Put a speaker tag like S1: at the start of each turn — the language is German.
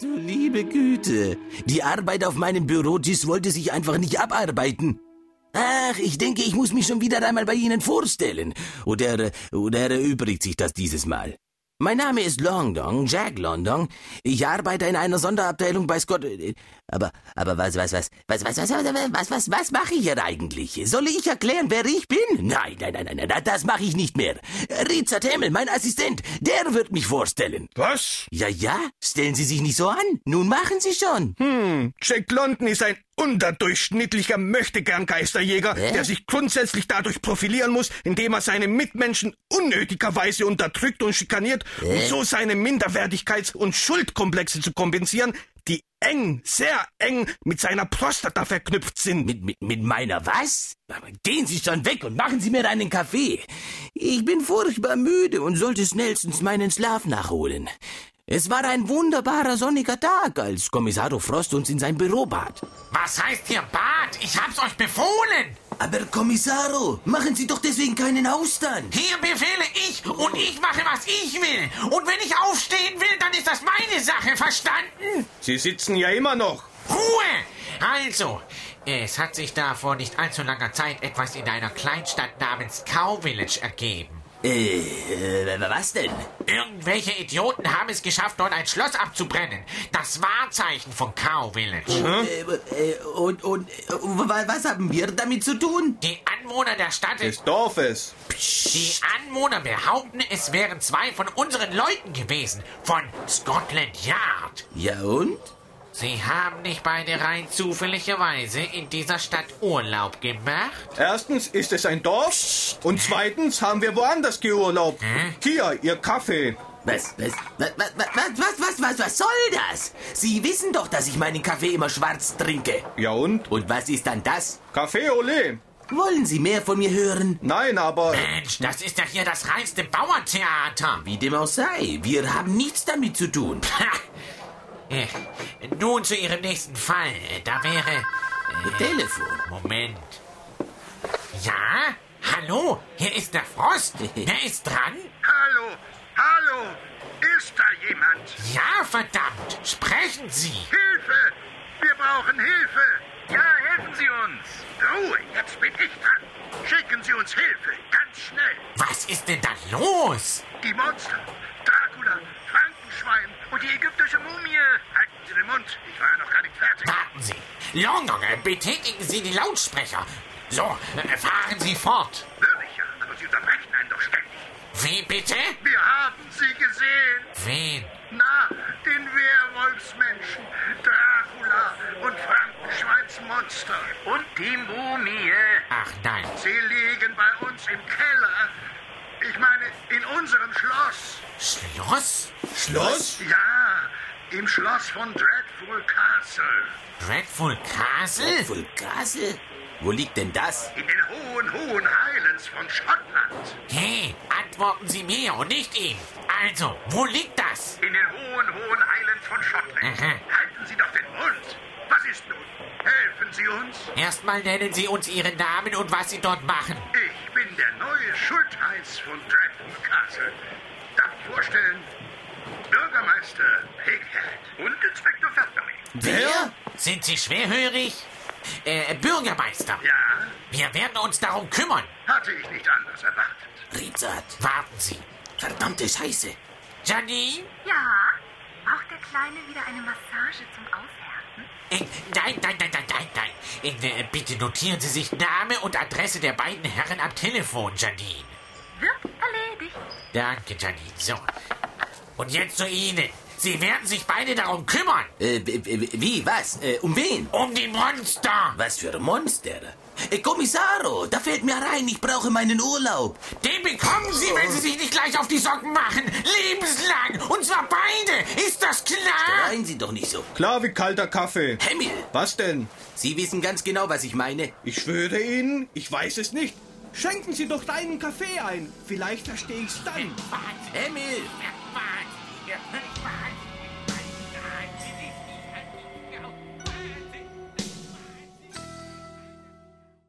S1: Du liebe Güte, die Arbeit auf meinem Bürotisch wollte sich einfach nicht abarbeiten. Ach, ich denke, ich muss mich schon wieder einmal bei Ihnen vorstellen. Oder, oder erübrigt sich das dieses Mal? Mein Name ist Longdong, Jack Longdong. Ich arbeite in einer Sonderabteilung bei Scott. äh, Aber, aber was, was, was, was, was, was, was, was, was, was mache ich hier eigentlich? Soll ich erklären, wer ich bin? Nein, nein, nein, nein, nein, das mache ich nicht mehr. Richard Hemmel, mein Assistent, der wird mich vorstellen.
S2: Was?
S1: Ja, ja, stellen Sie sich nicht so an. Nun machen Sie schon.
S2: Hm, Jack London ist ein unterdurchschnittlicher Möchtegern-Geisterjäger,
S1: Hä?
S2: der sich grundsätzlich dadurch profilieren muss, indem er seine Mitmenschen unnötigerweise unterdrückt und schikaniert, um so seine Minderwertigkeits- und Schuldkomplexe zu kompensieren, die eng, sehr eng mit seiner Prostata verknüpft sind.
S1: Mit, mit, mit meiner was? Aber Gehen Sie schon weg und machen Sie mir einen Kaffee. Ich bin furchtbar müde und sollte schnellstens meinen Schlaf nachholen. Es war ein wunderbarer sonniger Tag, als Kommissar Frost uns in sein Büro bat.
S3: Was heißt hier Bad? Ich hab's euch befohlen.
S1: Aber Kommissaro, machen Sie doch deswegen keinen Ausstand.
S3: Hier befehle ich und ich mache, was ich will. Und wenn ich aufstehen will, dann ist das meine Sache, verstanden?
S2: Sie sitzen ja immer noch.
S3: Ruhe! Also, es hat sich da vor nicht allzu langer Zeit etwas in einer Kleinstadt namens Cow Village ergeben.
S1: Äh, äh, was denn?
S3: Irgendwelche Idioten haben es geschafft, dort ein Schloss abzubrennen. Das Wahrzeichen von Cow Village.
S1: Äh, äh, und, und, äh, wa- was haben wir damit zu tun?
S3: Die Anwohner der Stadt
S2: Dorfes.
S3: Die Anwohner behaupten, es wären zwei von unseren Leuten gewesen, von Scotland Yard.
S1: Ja und?
S3: Sie haben nicht beide rein zufälligerweise in dieser Stadt Urlaub gemacht?
S2: Erstens ist es ein Dorf und zweitens haben wir woanders geurlaubt. Hier, Ihr Kaffee.
S1: Was, was, was, was, was, was, was, was soll das? Sie wissen doch, dass ich meinen Kaffee immer schwarz trinke.
S2: Ja und?
S1: Und was ist dann das?
S2: Kaffee Olé.
S1: Wollen Sie mehr von mir hören?
S2: Nein, aber...
S3: Mensch, das ist ja hier das reinste Bauerntheater.
S1: Wie dem auch sei, wir haben nichts damit zu tun.
S3: Ha. Äh, Nun zu Ihrem nächsten Fall. Da wäre...
S1: Telefon.
S3: Moment. Ja? Hallo? Hier ist der Frost. Wer ist dran?
S4: Hallo, hallo, ist da jemand?
S3: Ja, verdammt. Sprechen Sie.
S4: Hilfe! Wir brauchen Hilfe! Ja, helfen Sie uns! Ruhe, jetzt bin ich dran! Schicken Sie uns Hilfe, ganz schnell!
S3: Was ist denn da los?
S4: Die Monster, Dracula, Frankenschwein und die ägyptische Mumie! Halten Sie den Mund, ich war noch gar nicht fertig!
S3: Warten Sie. Longdong, äh, betätigen Sie die Lautsprecher. So, äh, fahren Sie fort.
S4: Würde ich ja, aber Sie unterbrechen einen doch ständig!
S3: Wie bitte?
S4: Wir haben Sie gesehen!
S3: Wen?
S4: Na, den Werwolfsmenschen, Dracula und Frankenschweins Monster! Und die Mumie!
S3: Ach nein.
S4: Sie liegen bei uns im Keller. Ich meine, in unserem Schloss.
S3: Schloss?
S2: Schloss?
S4: Ja, im Schloss von Dreadful Castle.
S3: Dreadful Castle?
S1: Voll Kassel? Wo liegt denn das?
S4: In den hohen, hohen Highlands von Schottland.
S3: Hey, antworten Sie mir und nicht ihm. Also, wo liegt das?
S4: In den hohen, hohen Highlands von Schottland.
S3: Aha.
S4: Halten Sie doch den Mund. Was ist nun? Helfen Sie uns.
S3: Erstmal nennen Sie uns Ihren Namen und was Sie dort machen.
S4: Ich bin der neue Schultheiß von Dreadful Castle. Darf ich vorstellen? Bürgermeister Pighead und Inspektor Fatberry.
S2: Wer?
S3: Sind Sie schwerhörig? Äh, Bürgermeister,
S4: Ja,
S3: wir werden uns darum kümmern.
S4: hatte ich nicht anders erwartet.
S1: Rizard.
S3: Warten Sie.
S1: Verdammte Scheiße.
S3: Janine?
S5: Ja, braucht der Kleine wieder eine Massage zum Aufhärten?
S3: Äh, Nein, nein, nein, nein, nein, nein. Äh, äh, Bitte notieren Sie sich Name und Adresse der beiden Herren am Telefon, Janine.
S5: Wird erledigt.
S3: Danke, Janine. So. Und jetzt zu Ihnen. Sie werden sich beide darum kümmern.
S1: Äh, w- w- wie, was? Äh, um wen?
S3: Um die Monster.
S1: Was für ein Monster? Äh, Kommissaro, da fällt mir rein, ich brauche meinen Urlaub.
S3: Den bekommen Sie, wenn Sie sich nicht gleich auf die Socken machen. Lebenslang. Und zwar beide. Ist das klar?
S1: Seien Sie doch nicht so.
S2: Klar wie kalter Kaffee.
S1: Hemmel,
S2: Was denn?
S1: Sie wissen ganz genau, was ich meine.
S2: Ich schwöre Ihnen, ich weiß es nicht. Schenken Sie doch deinen Kaffee ein. Vielleicht verstehe ich's dann.
S1: Hemmel!
S3: Wahnsinn.